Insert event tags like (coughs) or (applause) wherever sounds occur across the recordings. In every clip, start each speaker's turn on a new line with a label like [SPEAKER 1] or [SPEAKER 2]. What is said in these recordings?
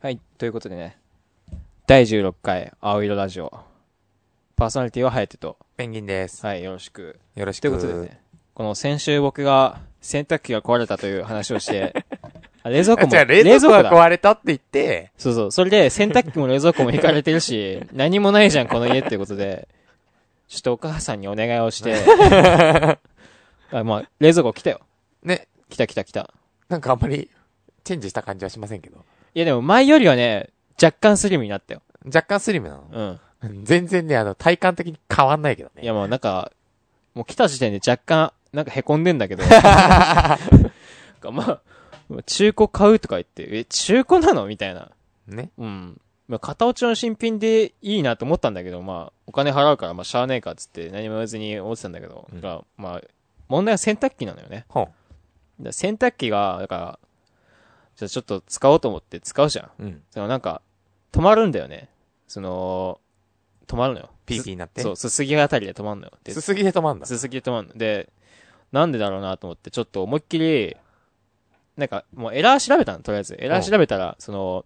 [SPEAKER 1] はい、ということでね、第16回青色ラジオ。パーソナリティは颯と、
[SPEAKER 2] ペンギンです。
[SPEAKER 1] はい、よろしく。
[SPEAKER 2] よろしく。
[SPEAKER 1] ということでね、この先週僕が洗濯機が壊れたという話を
[SPEAKER 2] (laughs)
[SPEAKER 1] して、あ冷蔵庫も、
[SPEAKER 2] あ違う冷蔵庫
[SPEAKER 1] だ
[SPEAKER 2] が壊れたって言って、
[SPEAKER 1] そうそう。それで、洗濯機も冷蔵庫も引かれてるし、
[SPEAKER 2] (laughs)
[SPEAKER 1] 何もないじゃん、この家っていうことで、ちょっとお母さんにお願いを
[SPEAKER 2] (laughs)
[SPEAKER 1] して、あまあ、冷蔵庫来たよ。
[SPEAKER 2] ね、
[SPEAKER 1] 来た来た来た。
[SPEAKER 2] なんかあんまりチェンジした感じはしませんけど。
[SPEAKER 1] いやでも前よりはね、若干スリムになったよ。
[SPEAKER 2] 若干スリムなの。 (laughs)
[SPEAKER 1] うん。
[SPEAKER 2] 全然ね、あの、体感的に変わんないけど
[SPEAKER 1] い
[SPEAKER 2] ね。
[SPEAKER 1] やもうなんか、もう来た時点で若干、なんか凹んでんだけ
[SPEAKER 2] (laughs)
[SPEAKER 1] ど。まあ、中古買うとか言って、え、中古なのみたいな。
[SPEAKER 2] ね。
[SPEAKER 1] うん。まあ、片落ちの新品でいいなと思ったんだけど、まあ、お金払うから、まあ、しゃあねえかっつって何も言わずに思ってたんだけど、
[SPEAKER 2] うん
[SPEAKER 1] だからまあ、問題は洗濯機なのよね。
[SPEAKER 2] ほう。
[SPEAKER 1] だから洗濯機が、だから、じゃあちょっと使おうと思って使うじゃん。
[SPEAKER 2] うん。
[SPEAKER 1] そのなんか、止まるんだよね。その、止まるのよ。
[SPEAKER 2] ピーピーになって。
[SPEAKER 1] そう、すすぎあたりで止まるのよ。です
[SPEAKER 2] すぎで止まんだ。
[SPEAKER 1] すすぎで止まるの。で、なんでだろうなと思って、ちょっと思いっきり、なんか、もうエラー調べたの、とりあえず。エラー調べたら、その、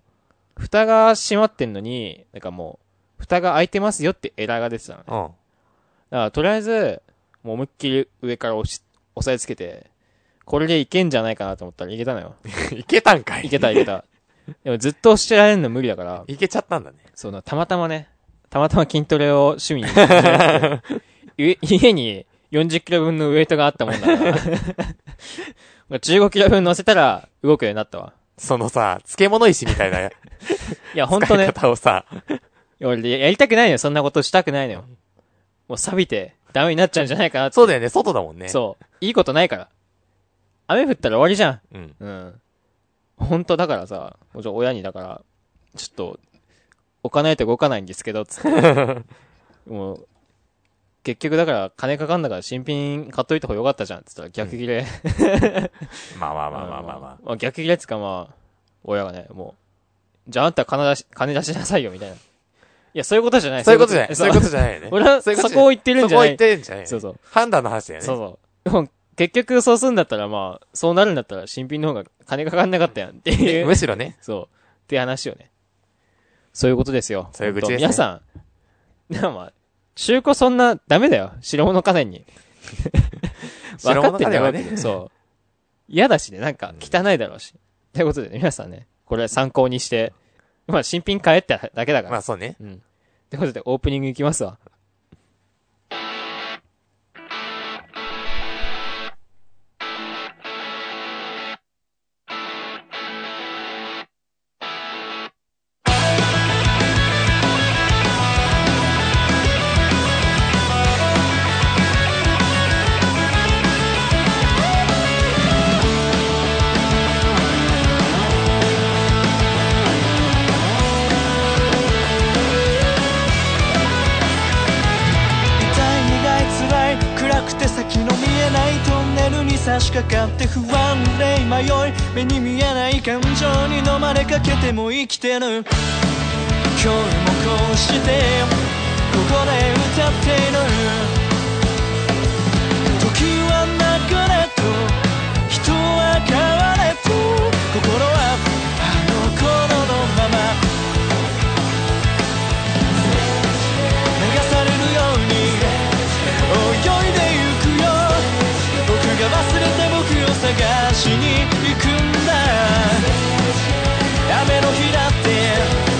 [SPEAKER 1] 蓋が閉まってんのに、なんかもう、蓋が開いてますよってエラーが出てたのね。だか
[SPEAKER 2] うん。
[SPEAKER 1] ら、
[SPEAKER 2] (laughs)
[SPEAKER 1] とりあえず、もう思いっきり上から押し、押さえつけて、これでいけんじゃないかなと思ったらいけたのよ。
[SPEAKER 2] いけたんかい。
[SPEAKER 1] いけたいけた。でもずっと押してられるの無理だから、
[SPEAKER 2] いけちゃったんだね。
[SPEAKER 1] そうな、たまたまね、たまたま筋トレを趣味にして
[SPEAKER 2] (laughs)
[SPEAKER 1] て家家に40キロ分のウエイトがあったもんだ
[SPEAKER 2] (laughs)
[SPEAKER 1] から。15キロ分乗せたら動くようになったわ。
[SPEAKER 2] そのさ、漬物石みたいな
[SPEAKER 1] いや、ほんと
[SPEAKER 2] 使い
[SPEAKER 1] ね、
[SPEAKER 2] 方をさ、
[SPEAKER 1] 俺やりたくないのよ。そんなことしたくないのよ。もう錆びてダメになっちゃうんじゃないかなって
[SPEAKER 2] そうだよね、外だもんね。
[SPEAKER 1] そう。いいことないから。雨降ったら終わりじゃん。
[SPEAKER 2] う。うん。
[SPEAKER 1] うん。本当だからさ、もうちょ親にだから、ちょっと、置かないと動かないんですけど、つって。
[SPEAKER 2] (laughs)
[SPEAKER 1] もう、結局だから金かかんだから新品買っといた方がよかったじゃん、つったら逆切れ。
[SPEAKER 2] まあまあまあまあまあま
[SPEAKER 1] (laughs) あの逆切れつかまあ、親がね、もう、じゃああんた金出し、金出しなさいよ、みたいな。いや、そういうことじゃな
[SPEAKER 2] あ。
[SPEAKER 1] い。
[SPEAKER 2] そういうことじゃない。そういうこと
[SPEAKER 1] じ
[SPEAKER 2] じゃないよね。
[SPEAKER 1] (laughs) 俺は
[SPEAKER 2] そういう
[SPEAKER 1] そ
[SPEAKER 2] とじゃ
[SPEAKER 1] こを言ってるんじゃない。
[SPEAKER 2] そこを言ってるんじゃない。
[SPEAKER 1] そうそう。
[SPEAKER 2] 判断の話だよね。
[SPEAKER 1] そうそう。でも結局そうすんだったらまあ、そうなるんだったら新品の方が金かかんなかったやんっていう。
[SPEAKER 2] (laughs) むしろね。
[SPEAKER 1] そう。って話よね。そういうことですよ。
[SPEAKER 2] そういう愚痴
[SPEAKER 1] 本当
[SPEAKER 2] ですね
[SPEAKER 1] 皆さん、なまあ、中古そんなダメだよ。白物家
[SPEAKER 2] (laughs)
[SPEAKER 1] 電に。分
[SPEAKER 2] 白
[SPEAKER 1] かって
[SPEAKER 2] 物
[SPEAKER 1] んだ
[SPEAKER 2] 家電
[SPEAKER 1] よ、
[SPEAKER 2] はね
[SPEAKER 1] そう。嫌だしね、なんか汚いだろうし。ということでね、皆さんね、これ参考にして、まあ新品買えってだけだから。
[SPEAKER 2] まあそうね。
[SPEAKER 1] うん。ということでオープニングいきますわ。
[SPEAKER 3] 痛い苦い辛い暗くて先の見えないトンネルに差し掛かって不安で迷い目に見えない感情に飲まれかけても生きてる今日もこうしてここで歌っている時は流れと人は変われと心はあの頃のまま流されるように泳いでゆくよ僕が忘れて僕を探しに行くんだ雨の日だって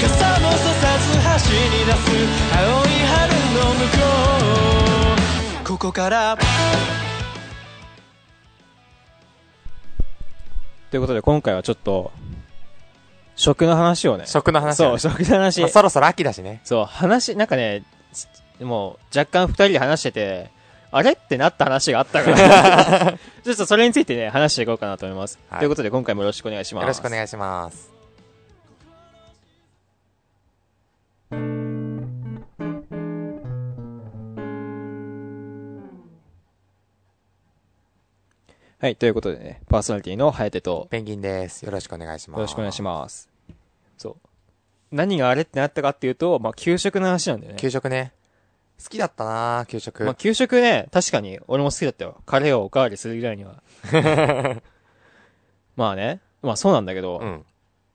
[SPEAKER 3] 傘もささず走り出す青い春の向こうここから
[SPEAKER 1] ということで今回はちょっと、食の話をね。
[SPEAKER 2] 食の話だね
[SPEAKER 1] そう、食の話。
[SPEAKER 2] まあそろそろ秋だしね。
[SPEAKER 1] そう、話、なんかね、つもう、若干二人で話してて、あれってなった話があったから、
[SPEAKER 2] (laughs)
[SPEAKER 1] ちょっとそれについてね、話していこうかなと思います。
[SPEAKER 2] はい
[SPEAKER 1] ということで、今回もよろしくお願いします。
[SPEAKER 2] よろしくお
[SPEAKER 1] い
[SPEAKER 2] 願いします。
[SPEAKER 1] はい、ということでね、パーソナリティの颯と、
[SPEAKER 2] ペンギンです。よろしくお願いします。
[SPEAKER 1] よろしくお願いします。そう。何があれってなったかっていうと、まあ、給食の話なんだよね。
[SPEAKER 2] 給食ね。好きだったなぁ給食。
[SPEAKER 1] まあ、給食ね、確かに俺も好きだったよ。カレーをおかわりするぐらいに
[SPEAKER 2] (laughs)
[SPEAKER 1] は。まあね、まあそうなんだけど、
[SPEAKER 2] うん。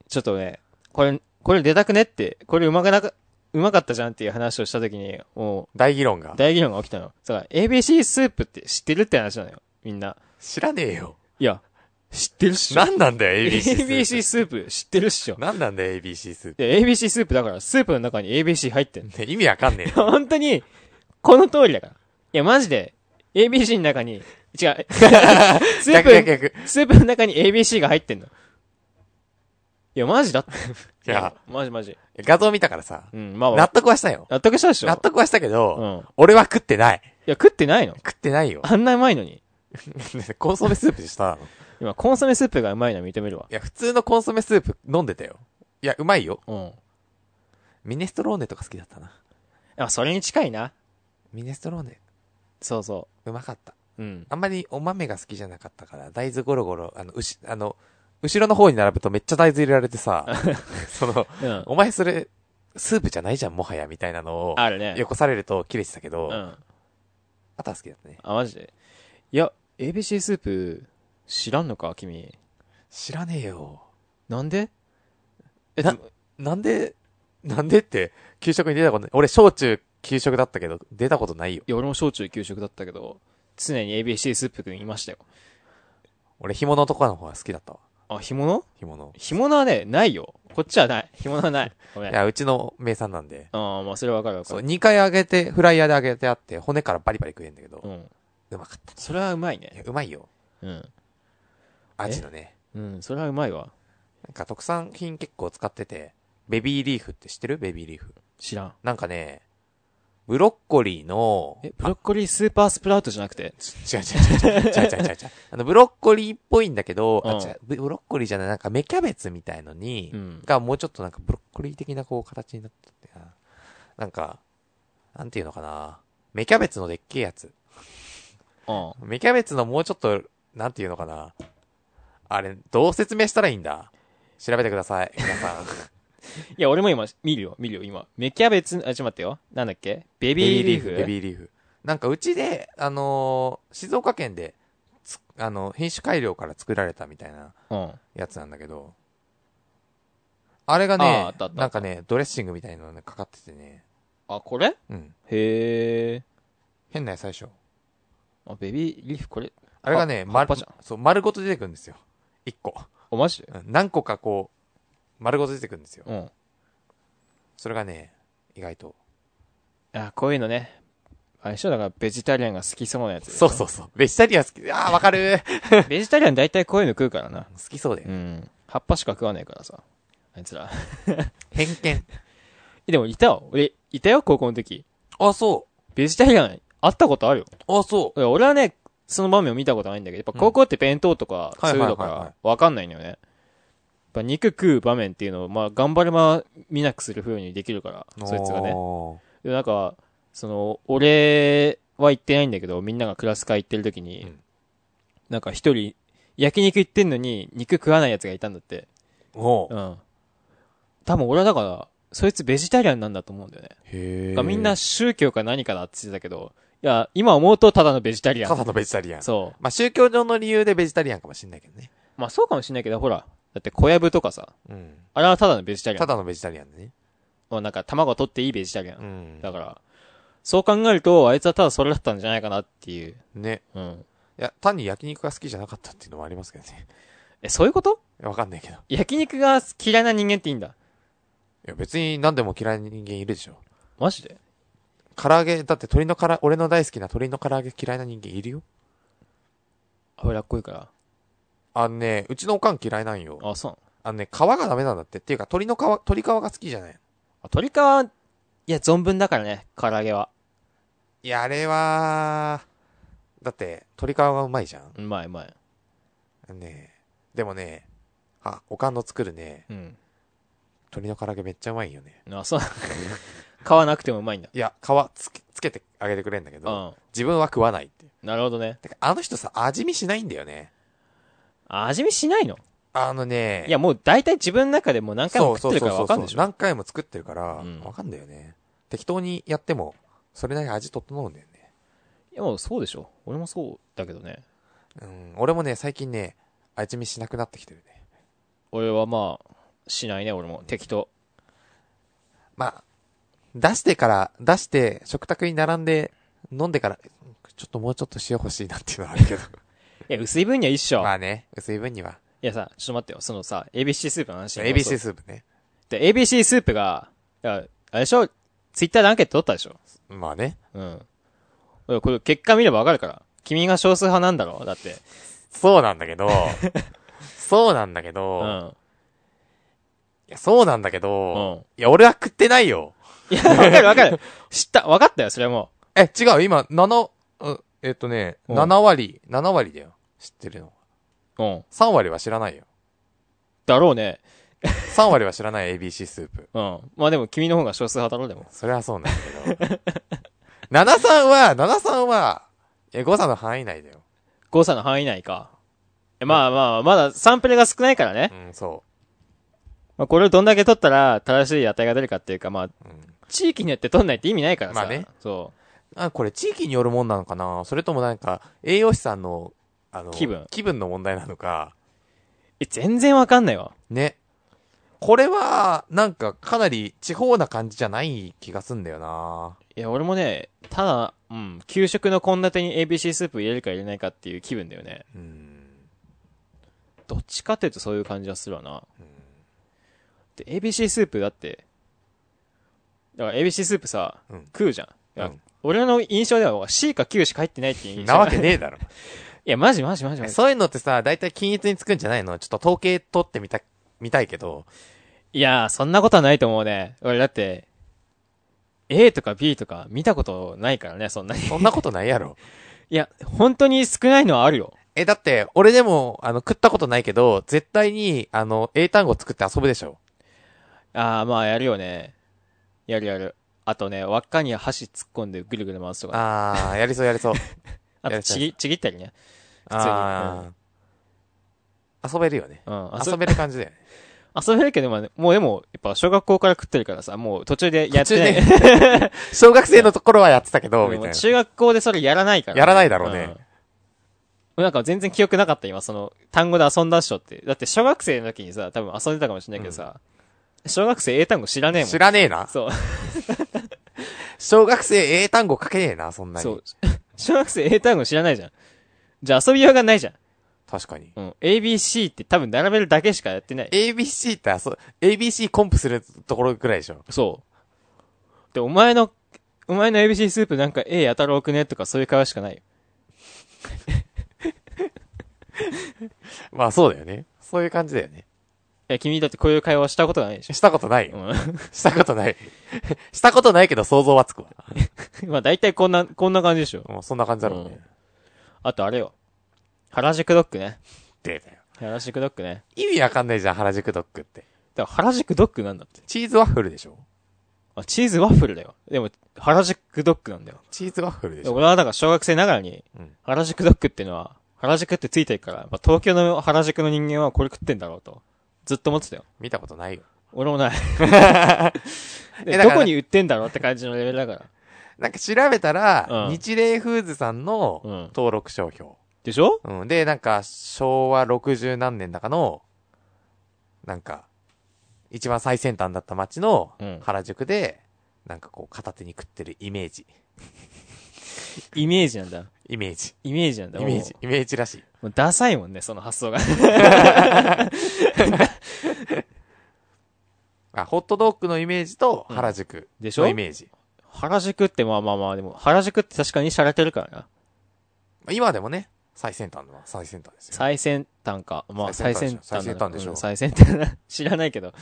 [SPEAKER 1] ちょっとね、これ、これ出たくねって、これうまくなか、うまかったじゃんっていう話をした時に、も
[SPEAKER 2] 大議論が
[SPEAKER 1] う、。大議論が起きたの。だから、ABC スープって知ってるって話なのよ。みんな。
[SPEAKER 2] 知らねえよ。
[SPEAKER 1] いや、知ってるっしょ。
[SPEAKER 2] なんなんだよ、ABC スープ。
[SPEAKER 1] ABC スープ知ってるっしょ。
[SPEAKER 2] なんなんだよ、ABC スー
[SPEAKER 1] いや、ABC スープだから、スープの中に ABC 入ってんの。 (laughs)
[SPEAKER 2] プ。ね意味わかんねえよ。
[SPEAKER 1] 本当に、この通りだから。いや、マジで、ABC の中に、違
[SPEAKER 2] (laughs)
[SPEAKER 1] う、スー
[SPEAKER 2] 逆逆
[SPEAKER 1] プ、
[SPEAKER 2] 逆。
[SPEAKER 1] スープの中に ABC が入ってんの。いや、マジだって。
[SPEAKER 2] いや、
[SPEAKER 1] マジマジ。
[SPEAKER 2] 画像見たからさ、
[SPEAKER 1] うん、まあ、
[SPEAKER 2] 納得はしたよ。
[SPEAKER 1] 納得したでしょ
[SPEAKER 2] 納得はしたけ
[SPEAKER 1] う
[SPEAKER 2] ど、
[SPEAKER 1] ん。い
[SPEAKER 2] 俺は食ってない。
[SPEAKER 1] や、食ってないの
[SPEAKER 2] 食ってないよ。 (laughs)
[SPEAKER 1] あんなうまいのに。
[SPEAKER 2] コンソメスープでしたなの。い
[SPEAKER 1] 今、コンソメスープがうまいのは認めるわ。
[SPEAKER 2] や、普通のコンソメスープ飲んでたよ。いや、うまいよ。
[SPEAKER 1] うん。
[SPEAKER 2] ミネストローネとか好きだったな。
[SPEAKER 1] あ、それに近いな。
[SPEAKER 2] ミネストローネ、
[SPEAKER 1] そうそう
[SPEAKER 2] まかった。
[SPEAKER 1] う。うん。
[SPEAKER 2] あんまりお豆が好きじゃなかったから、大豆ゴロゴロ、あの、うし、あの、後ろの方に並ぶとめっちゃ大豆入れられ
[SPEAKER 1] (laughs)
[SPEAKER 2] てさ、その、
[SPEAKER 1] うん。
[SPEAKER 2] お前それ、スープじゃないじゃん、もはや、みたいなのを、
[SPEAKER 1] あるね。
[SPEAKER 2] よこされると切れてたけど、
[SPEAKER 1] う
[SPEAKER 2] あ
[SPEAKER 1] ん。
[SPEAKER 2] とは好きだったね。
[SPEAKER 1] あ、マジで。いや、ABC スープ、知らんのか君。
[SPEAKER 2] 知らねえよ。
[SPEAKER 1] なんでえ、
[SPEAKER 2] な
[SPEAKER 1] でも
[SPEAKER 2] なんで、なんでって、給食に出たことない。俺、小中、給食だったけど、出たことないよ。
[SPEAKER 1] いや、俺も小中給食だったけど、常に ABC スープくんいましたよ。
[SPEAKER 2] 俺、干物とかの方が好きだったわ。
[SPEAKER 1] あ、干物
[SPEAKER 2] 干物。
[SPEAKER 1] 干物はね、ないよ。こっちはない。干物は (laughs) ない。ごめ
[SPEAKER 2] い
[SPEAKER 1] ん。あ
[SPEAKER 2] や、うちの名産なんで。
[SPEAKER 1] あ、まあ、それはわかるわか
[SPEAKER 2] そう、
[SPEAKER 1] る。
[SPEAKER 2] 2回揚げて、フライヤーで揚げてあって、骨からバリバリ食えんだけど、
[SPEAKER 1] うん。
[SPEAKER 2] うまかった。
[SPEAKER 1] それはうまい
[SPEAKER 2] い
[SPEAKER 1] ね。
[SPEAKER 2] やうまいよ。
[SPEAKER 1] うん。
[SPEAKER 2] アジのね。
[SPEAKER 1] うん、それはうまいわ。
[SPEAKER 2] なんか特産品結構使ってて、ベビーリーフって知ってるベビーリーフ。
[SPEAKER 1] 知らん。
[SPEAKER 2] なんかね、ブロッコリーの、
[SPEAKER 1] え、ブロッコリースーパースプラウトじゃなくて。
[SPEAKER 2] 違う違う違う違う違う違
[SPEAKER 1] (laughs)
[SPEAKER 2] う違う違う。あの、ブロッコリーっぽいんだけど、あ、
[SPEAKER 1] うん
[SPEAKER 2] 違う、ブブロッコリーじゃない、なんか芽キャベツみたいのに、
[SPEAKER 1] うん。
[SPEAKER 2] がもうちょっとなんかブロッコリー的なこう形になっててな。なんか、なんていうのかな。芽キャベツのでっけえやつ。
[SPEAKER 1] うん。
[SPEAKER 2] 芽キャベツのもうちょっと、なんていうのかな。あれ、どう説明したらいいんだ調べてください、皆さん。
[SPEAKER 1] いや、俺も今、見るよ、見るよ、今。芽キャベツ、あ、ちょっと待ってよ。なんだっけベ
[SPEAKER 2] ベビ
[SPEAKER 1] ビ
[SPEAKER 2] ー
[SPEAKER 1] ー
[SPEAKER 2] リ
[SPEAKER 1] リ
[SPEAKER 2] ー
[SPEAKER 1] ー
[SPEAKER 2] フ
[SPEAKER 1] フ。
[SPEAKER 2] ベビーリーフ。なんかうちで、あのー静岡県で、つあの、品種改良から作られたみたいな
[SPEAKER 1] うん。
[SPEAKER 2] やつなんだけど、あれが
[SPEAKER 1] あーあっ
[SPEAKER 2] ね
[SPEAKER 1] たあったあっ、た
[SPEAKER 2] なんかね、ドレッシングみたいなのがかかっててね、
[SPEAKER 1] あ、これ
[SPEAKER 2] うん。
[SPEAKER 1] へえ。
[SPEAKER 2] 変な野菜でしょ。
[SPEAKER 1] あ、ベビーリーフ、これ。
[SPEAKER 2] あれがね、
[SPEAKER 1] 葉っ
[SPEAKER 2] ま
[SPEAKER 1] ぱじゃん。
[SPEAKER 2] そう、丸ごと出てくるんですよ。一個。
[SPEAKER 1] お、マジで
[SPEAKER 2] うん何個かこう、丸ごと出てくるんですよ。
[SPEAKER 1] うん。
[SPEAKER 2] それがね、意外と。
[SPEAKER 1] あ、こういうのね。相性だからベジタリアンが好きそうなやつ。
[SPEAKER 2] そうそうそう。ベジタリアン好き、ああ、わかる
[SPEAKER 1] ベジタリアン大体こういうの食うからな。
[SPEAKER 2] 好きそうで
[SPEAKER 1] う。ん。葉っぱしか食わないからさ。あいつら。
[SPEAKER 2] 偏見。
[SPEAKER 1] えでもいたよ。俺、いたよ、高校の時。
[SPEAKER 2] あ、そ
[SPEAKER 1] ベジタリアン会ったことあるよ。
[SPEAKER 2] う。あ、そう。
[SPEAKER 1] いや俺はね、その場面を見たことないんだけど、やっぱ高校って弁当とか、
[SPEAKER 2] うん
[SPEAKER 1] そういうの
[SPEAKER 2] はいはいはいは
[SPEAKER 1] か
[SPEAKER 2] い、
[SPEAKER 1] わかんないのよね。やっぱ肉食う場面っていうのを、まあ、頑張れば見なくする風にできるから、そいつがね。
[SPEAKER 2] おー。
[SPEAKER 1] でなんか、その、俺は行ってないんだけど、みんながクラス会行ってる時に、
[SPEAKER 2] うん
[SPEAKER 1] なんか一人、焼肉行ってんのに、肉食わない奴がいたんだって。
[SPEAKER 2] おう
[SPEAKER 1] うん。多分俺はだから、そいつベジタリアンなんだと思うんだよね。
[SPEAKER 2] へ
[SPEAKER 1] だ
[SPEAKER 2] え
[SPEAKER 1] からみんな、宗教か何かだって言ってたけど、いや、今思うとただのベジタリア
[SPEAKER 2] た
[SPEAKER 1] ン。
[SPEAKER 2] だのベジタリアン。
[SPEAKER 1] そ
[SPEAKER 2] まあ、宗教上の理由でベジタリアンかもしんないけどね。
[SPEAKER 1] う。まあそうかもしれないけど、ほら、だって小籔とかさ、
[SPEAKER 2] うん。
[SPEAKER 1] あれはただのベジタリア
[SPEAKER 2] た
[SPEAKER 1] ン。
[SPEAKER 2] だのベジタリアンでね。
[SPEAKER 1] まあなんか卵取っていいベジタリア
[SPEAKER 2] う
[SPEAKER 1] ン。
[SPEAKER 2] ん。
[SPEAKER 1] だから、そう考えると、あいつはただそれだったんじゃないかなっていう。
[SPEAKER 2] ね。
[SPEAKER 1] うん。
[SPEAKER 2] いや、単に焼肉が好きじゃなかったっていうのもありますけどね。
[SPEAKER 1] え、そういうこと
[SPEAKER 2] いやわかんないけど。い
[SPEAKER 1] 焼肉が嫌いな人間っていいんだ。
[SPEAKER 2] や、別に何でも嫌いな人間いるでしょ。
[SPEAKER 1] マジで
[SPEAKER 2] 唐揚げ、だって鶏のから、俺の大好きな鶏の唐揚げ嫌いな人間いるよ。
[SPEAKER 1] 脂っこいから。
[SPEAKER 2] あのね、うちのおかん嫌いなんよ。
[SPEAKER 1] あ、そうなの
[SPEAKER 2] あのね、皮がダメなんだって。っていうか、鶏の皮、鶏皮が好きじゃない。
[SPEAKER 1] あ鶏皮はいや、存分だからね、唐揚げは。
[SPEAKER 2] いや、あれは、だって、鶏皮がうまいじゃん。
[SPEAKER 1] うまいうまい。
[SPEAKER 2] あのね、でもね、あ、おかんの作るね、
[SPEAKER 1] うん。
[SPEAKER 2] 鶏の唐揚げめっちゃうまいよね。
[SPEAKER 1] あ、そうな (laughs) の。皮なくてもうまいんだ。
[SPEAKER 2] いや、皮つけ、つけてあげてくれんだけ
[SPEAKER 1] う
[SPEAKER 2] ど、
[SPEAKER 1] ん。
[SPEAKER 2] 自分は食わないっていう。
[SPEAKER 1] なるほどね。
[SPEAKER 2] てか、あの人さ、味見しないんだよね。
[SPEAKER 1] 味見しないの
[SPEAKER 2] あのね、
[SPEAKER 1] いや、もう大体自分の中でもう何回も食ってるから分かんでしょ
[SPEAKER 2] 何回も作ってるから、
[SPEAKER 1] うん
[SPEAKER 2] 分かんだよね。適当にやっても、それなりに味整うんだよね。
[SPEAKER 1] いや、もうそうでしょ。俺もそうだけどね。
[SPEAKER 2] うん、俺もね、最近ね、味見しなくなってきてるね。
[SPEAKER 1] 俺はまあ、しないね、俺も。適当。
[SPEAKER 2] まあ、出してから、出して、食卓に並んで、飲んでから、ちょっともうちょっと塩欲しいなっていうのはあ
[SPEAKER 1] (laughs)
[SPEAKER 2] るけど。
[SPEAKER 1] いや、薄い分には一緒。
[SPEAKER 2] まあね、薄い分には。
[SPEAKER 1] いやさ、ちょっと待ってよ。そのさ、ABC スープの話。
[SPEAKER 2] ABC スープね。
[SPEAKER 1] ープ。で、ABC スープが、いや、あれでしょツイッターでアンケート取ったでしょ
[SPEAKER 2] まあね。
[SPEAKER 1] うん。いやこれ結果見ればわかるから。君が少数派なんだろだって。
[SPEAKER 2] そうなんだ (laughs) けど、そうなんだけ
[SPEAKER 1] う
[SPEAKER 2] ど、い
[SPEAKER 1] ん。
[SPEAKER 2] やそうなんだけ
[SPEAKER 1] うん。
[SPEAKER 2] ど、いや、俺は食ってないよ。
[SPEAKER 1] いや、わかるわかる。知った。わかったよ、それはも
[SPEAKER 2] え、違う、今、7、うんえっとね、
[SPEAKER 1] うん
[SPEAKER 2] 7割、7割だよ。知ってるの。
[SPEAKER 1] う。うん。
[SPEAKER 2] 3割は知らないよ。
[SPEAKER 1] だろうね。
[SPEAKER 2] 3割は知らない ABC スープ。
[SPEAKER 1] うん。まあでも君の方が少数派だろ、でも。
[SPEAKER 2] それはそうなんだ (laughs) けど。73は、73は、え、誤差の範囲内だよ。
[SPEAKER 1] 誤差の範囲内か。えまあまあ、まだサンプルが少ないからね
[SPEAKER 2] う。ん、そ
[SPEAKER 1] まあこれをどんだけ取ったら正しい値が出るかっていうか、まあ、
[SPEAKER 2] う。うん。
[SPEAKER 1] 地域によって取んないって意味ないからさ。
[SPEAKER 2] まあね
[SPEAKER 1] そ
[SPEAKER 2] あ、これ地域によるもんなのかなそれともなんか、栄養士さんの、あの、
[SPEAKER 1] 気分
[SPEAKER 2] 気分の問題なのか。
[SPEAKER 1] う。え、全然わかんないわ。
[SPEAKER 2] ね。これは、なんか、かなり地方な感じじゃない気がすんだよない
[SPEAKER 1] や、俺もね、ただ、うん、給食の献立に ABC スープ入れるか入れないかっていう気分だよね。
[SPEAKER 2] うん。
[SPEAKER 1] どっちかっていうとそういう感じはするわな。で、ABC スープだって、だから ABC スープさ、
[SPEAKER 2] うん
[SPEAKER 1] 食うじゃん。いや
[SPEAKER 2] うん
[SPEAKER 1] 俺の印象では C か Q しか入ってないっていう印象。
[SPEAKER 2] なわけね
[SPEAKER 1] (laughs)
[SPEAKER 2] えだろ。
[SPEAKER 1] いや、マジマジマジマジ。
[SPEAKER 2] そういうのってさ、だいたい均一につくんじゃないのちょっと統計取ってみた、見たいけど。
[SPEAKER 1] いやー、そんなことはないと思うね。俺だって、A とか B とか見たことないからね、そんなに。 (laughs)
[SPEAKER 2] そんなことないやろ。
[SPEAKER 1] いや、本当に少ないのはあるよ。
[SPEAKER 2] え、だって、俺でも、あの、食ったことないけど、絶対に、あの、英単語作って遊ぶでしょ。
[SPEAKER 1] あー、まあやるよね。やるやる。あとね、輪っかに箸突っ込んでぐるぐる回すとか、
[SPEAKER 2] あー、やりそうや
[SPEAKER 1] (laughs)
[SPEAKER 2] りそう。
[SPEAKER 1] あと
[SPEAKER 2] やりたい
[SPEAKER 1] ちぎ、ちぎったりね。通に
[SPEAKER 2] あー。遊べるよね。
[SPEAKER 1] うん。遊
[SPEAKER 2] 遊べる感じだよね。
[SPEAKER 1] 遊べるけど、まあね、もうでも、やっぱ小学校から食ってるからさ、もう途中でやってない。
[SPEAKER 2] 途小学生のところはやってたけど、み
[SPEAKER 1] も
[SPEAKER 2] たいうな。
[SPEAKER 1] 中学校でそれやらないから、
[SPEAKER 2] やらないだろうね
[SPEAKER 1] うんなんか全然記憶なかった、今、その、単語で遊んだっしょって。だって小学生の時にさ、多分遊んでたかもしれないけどさ、小学生英単語知らねえもん。
[SPEAKER 2] 知らねえな。
[SPEAKER 1] そう。
[SPEAKER 2] 小学生英単語書けねえな、そんな
[SPEAKER 1] そ
[SPEAKER 2] に
[SPEAKER 1] う。。 (laughs) 小学生英単語知らないじゃん。じゃあ遊びようがないじゃん。
[SPEAKER 2] 確かに。
[SPEAKER 1] うん。ABC って多分並べるだけしかやってない。
[SPEAKER 2] ABC って、あそう、ABC コンプするところくらいでしょ。
[SPEAKER 1] そう。で、お前の、お前の ABC スープなんか A やたろうくねとかそういう会話しかないよ。
[SPEAKER 2] まあそうだよね。そういう感じだよね。
[SPEAKER 1] いや、君だってこういう会話したことがないでしょ。
[SPEAKER 2] したことないよ。
[SPEAKER 1] う
[SPEAKER 2] したことない。 (laughs) したことないけど想像はつくわ。
[SPEAKER 1] ん。 (laughs) まあ大体こんな、こんな感じでしょ。
[SPEAKER 2] もうそんな感じだろう
[SPEAKER 1] う
[SPEAKER 2] ね
[SPEAKER 1] ん。あとあれよ。原宿ドッグね。
[SPEAKER 2] でだよ。
[SPEAKER 1] 原宿ドッグね。
[SPEAKER 2] 意味わかんないじゃん、原宿ドッグって。
[SPEAKER 1] だから原宿ドッグなんだって。
[SPEAKER 2] チーズワッフルでしょ
[SPEAKER 1] あ、チーズワッフルだよ。でも、原宿ドッグなんだよ。
[SPEAKER 2] チーズワッフルでしょ
[SPEAKER 1] 俺はだから小学生ながらに
[SPEAKER 2] うん、
[SPEAKER 1] 原宿ドッグってのは、原宿ってついてるから、まあ、東京の原宿の人間はこれ食ってんだろうと。ずっと思ってたよ。
[SPEAKER 2] 見たことないよ。
[SPEAKER 1] 俺もない。
[SPEAKER 2] (laughs) え
[SPEAKER 1] で
[SPEAKER 2] だから
[SPEAKER 1] どこに売ってんだろうって感じのレベルだから。
[SPEAKER 2] なんか調べたら、
[SPEAKER 1] うん
[SPEAKER 2] 日霊フーズさんの
[SPEAKER 1] うん
[SPEAKER 2] 登録商標。
[SPEAKER 1] でしょ
[SPEAKER 2] うん。で、なんか、昭和60何年だかの、なんか、一番最先端だった街の
[SPEAKER 1] うん
[SPEAKER 2] 原宿で、なんかこう、片手に食ってるイメージ。
[SPEAKER 1] イメージなんだ。
[SPEAKER 2] イメージ。
[SPEAKER 1] イメージなんだ。
[SPEAKER 2] イメージ。イメージらしい。
[SPEAKER 1] もうダサいもんね、その発想が。 (laughs)
[SPEAKER 2] あ、ホットドッグのイメージと
[SPEAKER 1] うん
[SPEAKER 2] 原宿
[SPEAKER 1] でしょ
[SPEAKER 2] のイメージ。
[SPEAKER 1] 原宿ってまあまあまあ、でも、原宿って確かに洒落てるからな。
[SPEAKER 2] まあ今でもね、最先端のは最先端ですよ。
[SPEAKER 1] 最先端か。まあ、最
[SPEAKER 2] 最
[SPEAKER 1] 先
[SPEAKER 2] 先
[SPEAKER 1] 端
[SPEAKER 2] 端
[SPEAKER 1] なの
[SPEAKER 2] でしょ
[SPEAKER 1] うん最先端 (laughs) な知らないけど。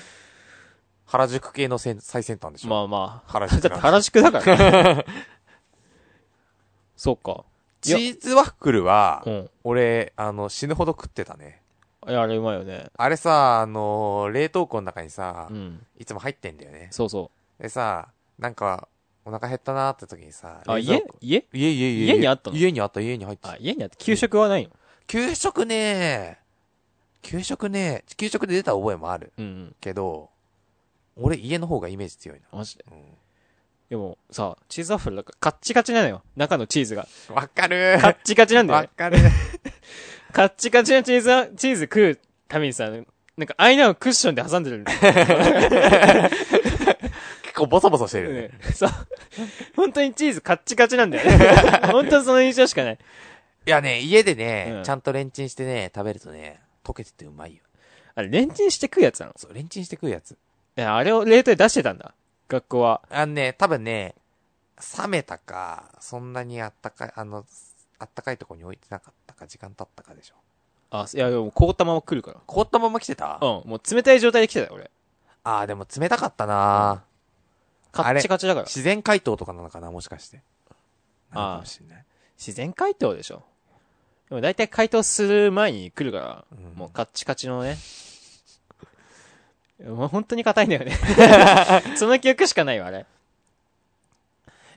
[SPEAKER 2] 原宿系のせん最先端でしょ。
[SPEAKER 1] まあまあ。
[SPEAKER 2] 原
[SPEAKER 1] だっ
[SPEAKER 2] 宿
[SPEAKER 1] て
[SPEAKER 2] なん
[SPEAKER 1] (laughs)
[SPEAKER 2] で
[SPEAKER 1] 原宿だから。
[SPEAKER 2] (laughs)
[SPEAKER 1] そうか。い
[SPEAKER 2] チ
[SPEAKER 1] や
[SPEAKER 2] ーズワッフルは、
[SPEAKER 1] うん。
[SPEAKER 2] 俺、あの、死ぬほど食ってたね。
[SPEAKER 1] いやあれうまいよね。
[SPEAKER 2] あれさ、あの冷凍庫の中にさ、
[SPEAKER 1] うん。
[SPEAKER 2] いつも入ってんだよね。
[SPEAKER 1] そうそ
[SPEAKER 2] でさ、なんか、お腹減ったなーって時にさ、
[SPEAKER 1] う。あ、
[SPEAKER 2] 冷蔵
[SPEAKER 1] 家
[SPEAKER 2] 庫
[SPEAKER 1] 家
[SPEAKER 2] 家家家
[SPEAKER 1] 家にあったの
[SPEAKER 2] 家にあった、家に入ってた
[SPEAKER 1] あ、。家にあって、給食はないの
[SPEAKER 2] 給食ね給食ね給食で出た覚えもある。
[SPEAKER 1] うんうん。
[SPEAKER 2] けど、俺家の方がイメージ強いな。
[SPEAKER 1] マジで。
[SPEAKER 2] う
[SPEAKER 1] でも、さ、チーズワッフルだから、カッチカチなのよ。中のチーズが。
[SPEAKER 2] んわかる
[SPEAKER 1] カ
[SPEAKER 2] ー
[SPEAKER 1] ッチカチなんだよ
[SPEAKER 2] わ
[SPEAKER 1] ね。
[SPEAKER 2] かる
[SPEAKER 1] カッチカチのチーズは、チーズ食うためにさ、なんかアイナをクッションで挟んでる。
[SPEAKER 2] 結構ボソボソしてるよ
[SPEAKER 1] (laughs)
[SPEAKER 2] ね。
[SPEAKER 1] そう。本当にチーズカッチカチなんだよね。本 (laughs) 当その印象しかない。
[SPEAKER 2] いやね、家でね、
[SPEAKER 1] うん
[SPEAKER 2] ちゃんとレンチンしてね、食べるとね、溶けててうまいよ。
[SPEAKER 1] あれ、レンチンして食うやつなの
[SPEAKER 2] そう、レンチンして食うやつ。
[SPEAKER 1] いやあれを冷凍で出してたんだ。学校は。
[SPEAKER 2] あのね、多分ね、冷めたか、そんなにあったかい、あの、あったかいとこに置いてなかったか、時間経ったかでしょ。
[SPEAKER 1] あ、いや、でも凍ったまま来るから。
[SPEAKER 2] 凍ったまま来てた、あ
[SPEAKER 1] うん、もう冷たい状態で来てたよ、俺。
[SPEAKER 2] あー、でも冷たかったな、
[SPEAKER 1] カ
[SPEAKER 2] あれ
[SPEAKER 1] ッチカチだから。
[SPEAKER 2] 自然解凍とかなのかな、もしかして。
[SPEAKER 1] あー
[SPEAKER 2] なのかもしれない。
[SPEAKER 1] 自然解凍でしょ。でも大体解凍する前に来るから、
[SPEAKER 2] うん
[SPEAKER 1] もうカッチカチのね。いやもう本当に硬いんだ (laughs) よね。その記憶しかないよ、あれ。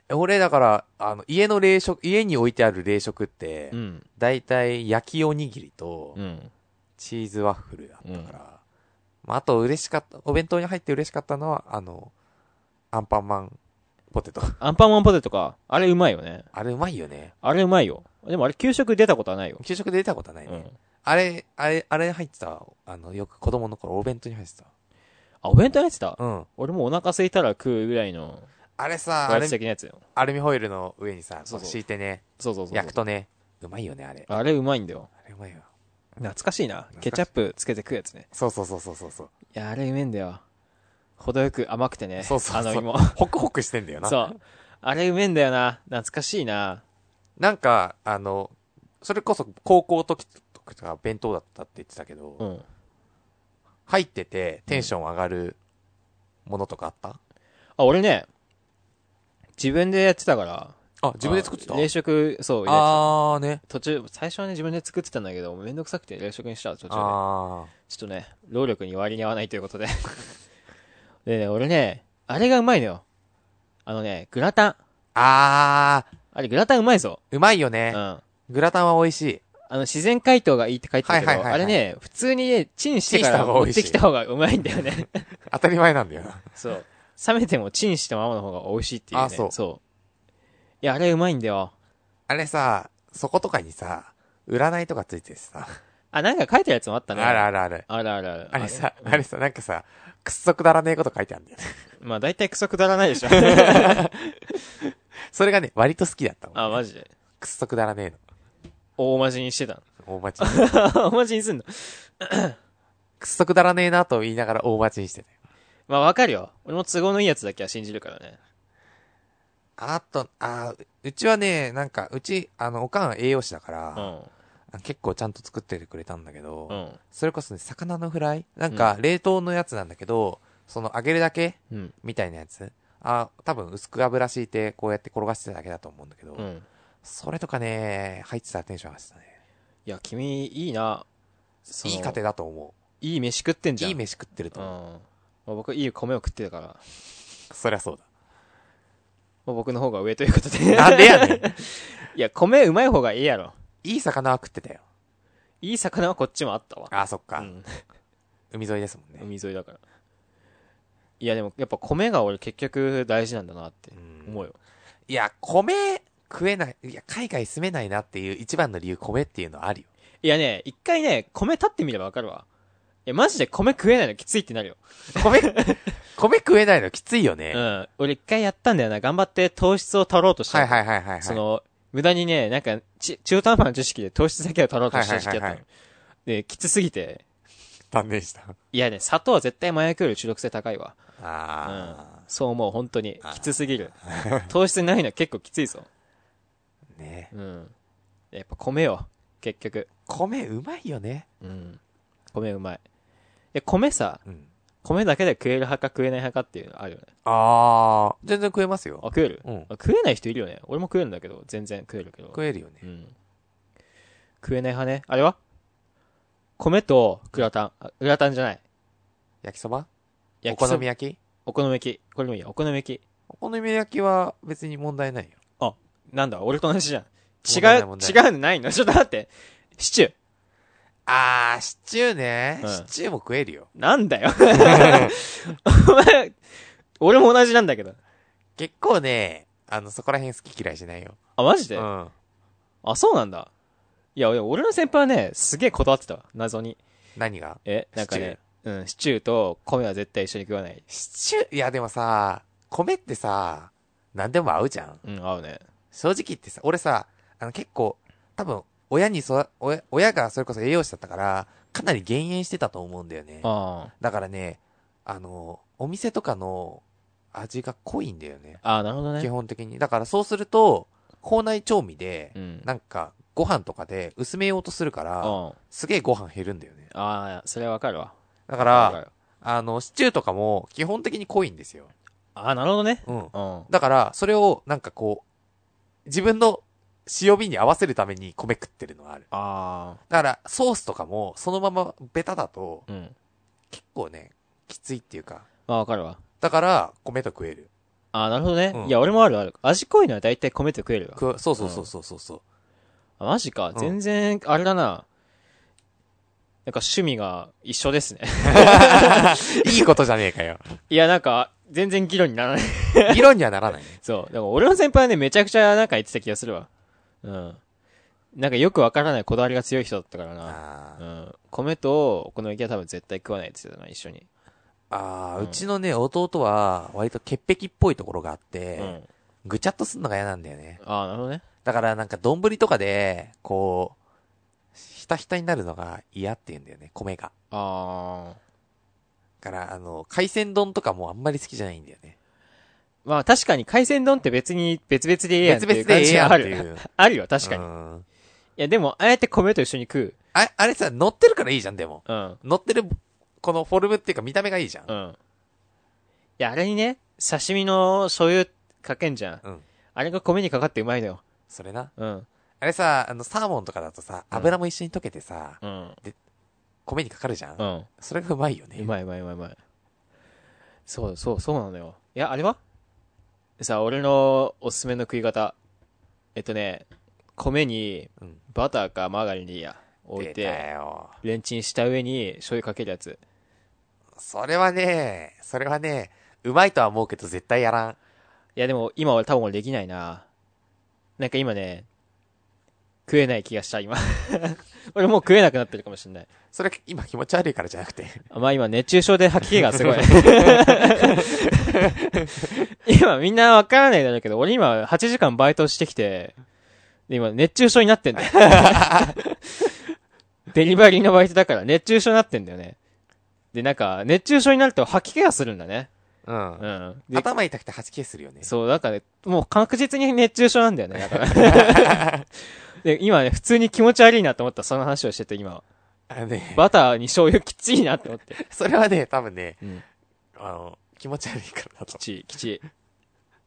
[SPEAKER 2] え俺、だから、あの、家の冷食、家に置いてある冷食って、
[SPEAKER 1] うん。
[SPEAKER 2] だいたい焼きおにぎりと
[SPEAKER 1] う、ん。
[SPEAKER 2] チーズワッフルだったから、まあ、あと嬉しかった、お弁当に入って嬉しかったのは、あの、アンパンマンポテト。 (laughs)
[SPEAKER 1] アンパンマンポテトか。あれうまいよね。
[SPEAKER 2] あれうまいよね。
[SPEAKER 1] あれうまいよ。でもあれ給食出たことはないよ。
[SPEAKER 2] 給食で出たことはないうね。
[SPEAKER 1] ん。
[SPEAKER 2] あれ、あれ、あれ入ってた。あの、よく子供の頃お弁当に入ってた。
[SPEAKER 1] あ、お弁当やってた
[SPEAKER 2] うん。
[SPEAKER 1] 俺もうお腹空いたら食うぐらいの、
[SPEAKER 2] あれさ、
[SPEAKER 1] お
[SPEAKER 2] ア
[SPEAKER 1] や
[SPEAKER 2] ル
[SPEAKER 1] つ
[SPEAKER 2] ミ
[SPEAKER 1] 的なやつよ。
[SPEAKER 2] アルミホイルの上にさ、
[SPEAKER 1] そうそう
[SPEAKER 2] こ敷いてね、
[SPEAKER 1] そうそうそうそう。
[SPEAKER 2] 焼くとね、うまいよね、あれ。あ
[SPEAKER 1] あれうまいんだよ。
[SPEAKER 2] れうまいよ。
[SPEAKER 1] 懐かしいな。
[SPEAKER 2] かしい
[SPEAKER 1] ケチャップつけて食うやつね。
[SPEAKER 2] そうそうそうそうそうそう。
[SPEAKER 1] いや、あれうめえんだよ。程よく甘くてね。
[SPEAKER 2] そうそうそう
[SPEAKER 1] あの芋。
[SPEAKER 2] ホクホクしてんだよ
[SPEAKER 1] (laughs)
[SPEAKER 2] な。
[SPEAKER 1] そう。あれうめえんだよな。懐かしいな。
[SPEAKER 2] なんか、あの、それこそ高校時とか弁当だったって言ってたけど、
[SPEAKER 1] うん。
[SPEAKER 2] 入っててテンション上がるものとかあった、
[SPEAKER 1] あ、俺ね、自分でやってたから。
[SPEAKER 2] あ、自分で作ってた
[SPEAKER 1] あ冷食、そう、入れて
[SPEAKER 2] あーね。
[SPEAKER 1] た。途中、最初はね、自分で作ってたんだけど、めんどくさくて冷食にした、途中で。
[SPEAKER 2] あ
[SPEAKER 1] ちょっとね、労力に割に合わないということで。 (laughs) でね、俺ね、あれがうまいのよ。あのね、グラタン。
[SPEAKER 2] ー。あー、
[SPEAKER 1] あれ、グラタンうまいぞ。
[SPEAKER 2] うまいよ
[SPEAKER 1] う
[SPEAKER 2] ね
[SPEAKER 1] ん。。あ
[SPEAKER 2] グラタンは美味しい。
[SPEAKER 1] の、自然解凍がいいって書いてたけど、
[SPEAKER 2] はいはいはいはい
[SPEAKER 1] あれね、普通にね、チンしてから
[SPEAKER 2] チンした方が
[SPEAKER 1] 持
[SPEAKER 2] 美
[SPEAKER 1] っ
[SPEAKER 2] 味
[SPEAKER 1] て
[SPEAKER 2] しい
[SPEAKER 1] きた方がうまいんだよね。
[SPEAKER 2] 当たり前なんだよな。
[SPEAKER 1] そう。冷めてもチンしたままの方が美味しいっていうね。
[SPEAKER 2] あそう
[SPEAKER 1] いや、あれうまいんだよ。
[SPEAKER 2] あれさ、そことかにさ、占いとかついててさ、
[SPEAKER 1] あ、なんか書いてるやつもあっ
[SPEAKER 2] あ
[SPEAKER 1] た
[SPEAKER 2] る
[SPEAKER 1] ね。
[SPEAKER 2] あるある。
[SPEAKER 1] あるあるある。
[SPEAKER 2] あれさ、あれさ、なんかさ、くっそくだらねえこと書いてあるんだよね。
[SPEAKER 1] まあ大体クソくだらないで
[SPEAKER 2] (laughs)
[SPEAKER 1] しょ。
[SPEAKER 2] それがね、割と好きだったもん。
[SPEAKER 1] あ、マジで。
[SPEAKER 2] くっそくだらねえの。
[SPEAKER 1] 大まじにしてた
[SPEAKER 2] (laughs) 大
[SPEAKER 1] (laughs)
[SPEAKER 2] 待ち。
[SPEAKER 1] の。大まじにすんの。
[SPEAKER 2] くっそくだらねえなと言いながら大待ちにしてたよ。
[SPEAKER 1] まあわかるよ。俺も都合のいいやつだけは信じるからね。
[SPEAKER 2] あと、あーうちはね、なんか、うち、あの、おかん栄養士だから、
[SPEAKER 1] う
[SPEAKER 2] 結構ちゃんと作ってくれたんだけど、
[SPEAKER 1] ん。うん。
[SPEAKER 2] それこそね、魚のフライなんか、冷凍のやつなんだけど、その揚げるだけ
[SPEAKER 1] うん。
[SPEAKER 2] みたいなやつあ、多分薄く油敷いて、こうやって転がしてただけだと思うんだけど、
[SPEAKER 1] うん。
[SPEAKER 2] それとかね、入ってたらテンション上がってたね。
[SPEAKER 1] いや、君、いいな。その
[SPEAKER 2] いい家庭だと思
[SPEAKER 1] いい飯食ってん
[SPEAKER 2] う。
[SPEAKER 1] じゃん。
[SPEAKER 2] いい飯食ってる
[SPEAKER 1] う
[SPEAKER 2] と
[SPEAKER 1] ん。
[SPEAKER 2] 思う。
[SPEAKER 1] まあ、僕、いい米を食ってたから。
[SPEAKER 2] そりゃそう
[SPEAKER 1] まあ、僕の方が上ということで。
[SPEAKER 2] だ。なんでやねん
[SPEAKER 1] (laughs) いや、米うまい方がいいやろ。
[SPEAKER 2] いい魚は食ってたよ。
[SPEAKER 1] いい魚はこっちもあったわ。
[SPEAKER 2] あ、そっか、
[SPEAKER 1] うん。
[SPEAKER 2] 海沿いですもんね。
[SPEAKER 1] 海沿いだから。いや、でも、やっぱ米が俺結局大事なんだなって
[SPEAKER 2] うん
[SPEAKER 1] 思うよ。
[SPEAKER 2] いや、米食えない、いや、海外住めないなっていう一番の理由、米っていうのはあるよ。
[SPEAKER 1] いやね、一回ね、米立ってみればわかるわ。いや、マジで米食えないのきついってなるよ。
[SPEAKER 2] 米、 (laughs) 米食えないのきついよね。
[SPEAKER 1] うん。俺一回やったんだよな。頑張って糖質を取ろうとした。
[SPEAKER 2] はいはいはいはい、はい。
[SPEAKER 1] その、無駄にね、なんか、ち、中途半端な知識で糖質だけを取ろうとした時期やったの。
[SPEAKER 2] はいはいはいは
[SPEAKER 1] で、きつすぎて。
[SPEAKER 2] 断念した。
[SPEAKER 1] いやね、砂糖は絶対麻薬より中毒性高いわ。うん
[SPEAKER 2] あ。
[SPEAKER 1] そう思う、本当に
[SPEAKER 2] あ。ー
[SPEAKER 1] きつすぎる。糖質ないのは結構きついぞ。
[SPEAKER 2] ーね
[SPEAKER 1] うん。やっぱ米よ。結局。
[SPEAKER 2] 米うまいよね。
[SPEAKER 1] うん。米うまい。で、米さ、
[SPEAKER 2] うん。
[SPEAKER 1] 米だけで食える派か食えない派かっていうのあるよね。
[SPEAKER 2] ああ、全然食えます
[SPEAKER 1] あ、
[SPEAKER 2] よ。
[SPEAKER 1] 食える、
[SPEAKER 2] うん
[SPEAKER 1] あ食えない人いるよね。俺も食えるんだけど、全然食えるけど。
[SPEAKER 2] 食えるよね。
[SPEAKER 1] うん。食えない派ね。あれは米とグラタン。あグラタンじゃない。
[SPEAKER 2] 焼きそばお
[SPEAKER 1] 焼きそば
[SPEAKER 2] 好み焼き
[SPEAKER 1] お好み焼き。これもいいや。お好み焼き。
[SPEAKER 2] お好み焼きは別に問題ないよ。
[SPEAKER 1] なんだ、俺と同じじゃん。
[SPEAKER 2] 問
[SPEAKER 1] 違
[SPEAKER 2] 題な
[SPEAKER 1] う
[SPEAKER 2] い問、題
[SPEAKER 1] 違
[SPEAKER 2] な
[SPEAKER 1] うのないのちょっと待って。シチュー。
[SPEAKER 2] あー、シチューね、
[SPEAKER 1] うん
[SPEAKER 2] シチューも食えるよ。
[SPEAKER 1] なんだよ。お前、俺も同じなんだけど。
[SPEAKER 2] 結構ね、あの、そこら辺好き嫌いしないよ。
[SPEAKER 1] あ、マジ
[SPEAKER 2] う
[SPEAKER 1] で、
[SPEAKER 2] ん。
[SPEAKER 1] あ、そうなんだ。いや、俺の先輩はね、すげえこだわってたわ。謎に。
[SPEAKER 2] 何が
[SPEAKER 1] え、なんかね、うん、シチューと米は絶対一緒に食わない。
[SPEAKER 2] シチュー、いやでもさ、米ってさ、何でも合うじゃん。
[SPEAKER 1] うん、合うね。
[SPEAKER 2] 正直言ってさ、俺さ、あの結構、多分、親にそ、親親がそれこそ栄養士だったから、かなり減塩してたと思うんだよね。
[SPEAKER 1] あ
[SPEAKER 2] だからね、あの、お店とかの味が濃いんだよね。
[SPEAKER 1] あ。ああ、なるほど
[SPEAKER 2] 基
[SPEAKER 1] ね。
[SPEAKER 2] 本的に。だからそうすると、口内調味で
[SPEAKER 1] う、ん。
[SPEAKER 2] なんか、ご飯とかで薄めようとするか
[SPEAKER 1] うん。
[SPEAKER 2] ら、
[SPEAKER 1] あ
[SPEAKER 2] すげえご飯減るんだよね。
[SPEAKER 1] あ、それはわかるわ。
[SPEAKER 2] だか、
[SPEAKER 1] わからる
[SPEAKER 2] あの、シチューとかも基本的に濃いんですよ。
[SPEAKER 1] ああ、なるほどね。
[SPEAKER 2] うん。
[SPEAKER 1] うん。
[SPEAKER 2] だから、それを、なんかこう、自分の塩味に合わせるために米食ってるのはある。
[SPEAKER 1] ああ。
[SPEAKER 2] だから、ソースとかも、そのままベタだと、
[SPEAKER 1] うん。
[SPEAKER 2] 結構ね、きついっていうか。
[SPEAKER 1] まあわかるわ。
[SPEAKER 2] だから、米と食える。
[SPEAKER 1] ああ、なるほどね。
[SPEAKER 2] うん
[SPEAKER 1] いや、俺もあるある。味濃いのは大体米と食えるわ。
[SPEAKER 2] くそうそうそうそうそうそう。
[SPEAKER 1] あマジか。
[SPEAKER 2] ん
[SPEAKER 1] 全然、あれだな。なんか趣味が一緒ですね。 (laughs)
[SPEAKER 2] いいことじゃねえかよ。
[SPEAKER 1] いや、なんか、全然議論にならない。 (laughs)
[SPEAKER 2] 議論にはならない。
[SPEAKER 1] そう。だから俺の先輩はね、めちゃくちゃなんか言ってた気がするわ。うん。なんかよくわからないこだわりが強い人だったからな。
[SPEAKER 2] あ
[SPEAKER 1] う
[SPEAKER 2] ー
[SPEAKER 1] ん。米とお好み焼きは多分絶対食わないって言ってたな、一緒に。
[SPEAKER 2] あー、
[SPEAKER 1] うん
[SPEAKER 2] うちのね、弟は、割と潔癖っぽいところがあっ
[SPEAKER 1] う
[SPEAKER 2] て、
[SPEAKER 1] ん。
[SPEAKER 2] ぐちゃっとすんのが嫌なんだよね。
[SPEAKER 1] ああ、なるほどね。
[SPEAKER 2] だから、なんか、丼とかで、こう、ひたひたになるのが嫌って言うんだよね、米が。
[SPEAKER 1] ああ。
[SPEAKER 2] だから、あの、海鮮丼とかもあんまり好きじゃないんだよね。
[SPEAKER 1] まあ確かに海鮮丼って別に別々でええやんっ
[SPEAKER 2] 別
[SPEAKER 1] てい
[SPEAKER 2] 々
[SPEAKER 1] う感
[SPEAKER 2] でええ
[SPEAKER 1] じは
[SPEAKER 2] やんっ
[SPEAKER 1] あ
[SPEAKER 2] てい
[SPEAKER 1] る。 (laughs)
[SPEAKER 2] う。
[SPEAKER 1] あるよ、確かに。
[SPEAKER 2] う
[SPEAKER 1] い
[SPEAKER 2] ん
[SPEAKER 1] や、でも、あえて米と一緒に食
[SPEAKER 2] ああれさ、乗ってるからいいじゃん、でも。
[SPEAKER 1] う。うん。
[SPEAKER 2] 乗ってる、このフォルムっていうか見た目がいいじゃん。
[SPEAKER 1] うん。いや、あれにね、刺身の醤油かけんじゃん。
[SPEAKER 2] うん
[SPEAKER 1] あれが米にかかってうまいのよ。
[SPEAKER 2] それな。
[SPEAKER 1] うん。
[SPEAKER 2] あれさ、あの、サーモンとかだとさ、
[SPEAKER 1] うん
[SPEAKER 2] 油も一緒に溶けてさ、
[SPEAKER 1] うん。
[SPEAKER 2] 米にかかるじゃん。
[SPEAKER 1] うん。
[SPEAKER 2] それがうまいよね。
[SPEAKER 1] うまいうまいうまいうまい。そうそう、そうなのよ。いや、あれはさあ、俺のおすすめの食い方。えっとね、米に
[SPEAKER 2] うん
[SPEAKER 1] バターかマーガリンでいいや。置い
[SPEAKER 2] 出た
[SPEAKER 1] て、
[SPEAKER 2] よ。
[SPEAKER 1] レンチンした上に醤油かけるやつ。
[SPEAKER 2] それはね、それはね、うまいとは思うけど絶対やらん。
[SPEAKER 1] いや、でも今俺多分俺できないな。なんか今ね、食えない気がした、今。 (laughs) 俺もう食えなくなってるかもしれない。
[SPEAKER 2] それ今気持ち悪いからじゃなくて。
[SPEAKER 1] あまあ今熱中症で吐き気がすごい。今みんなわからないだろうけど、俺今8時間バイトしてきて、で今熱中症になってんだよ。デリバリーのバイトだから熱中症になってんだよね。で、なんか、熱中症になると吐き気がするんだね。
[SPEAKER 2] う。
[SPEAKER 1] うんん。で
[SPEAKER 2] 頭痛くて吐き気するよね。
[SPEAKER 1] そう、なんかね、もう確実に熱中症なんだよね、だから。で、今ね、普通に気持ち悪いなと思った、その話をしてて、今。
[SPEAKER 2] あのね、 (laughs)
[SPEAKER 1] バターに醤油きついなって思って。
[SPEAKER 2] それはね、多分ね、
[SPEAKER 1] うん
[SPEAKER 2] あの、気持ち悪いからだ
[SPEAKER 1] き。
[SPEAKER 2] と
[SPEAKER 1] ちい、きちい。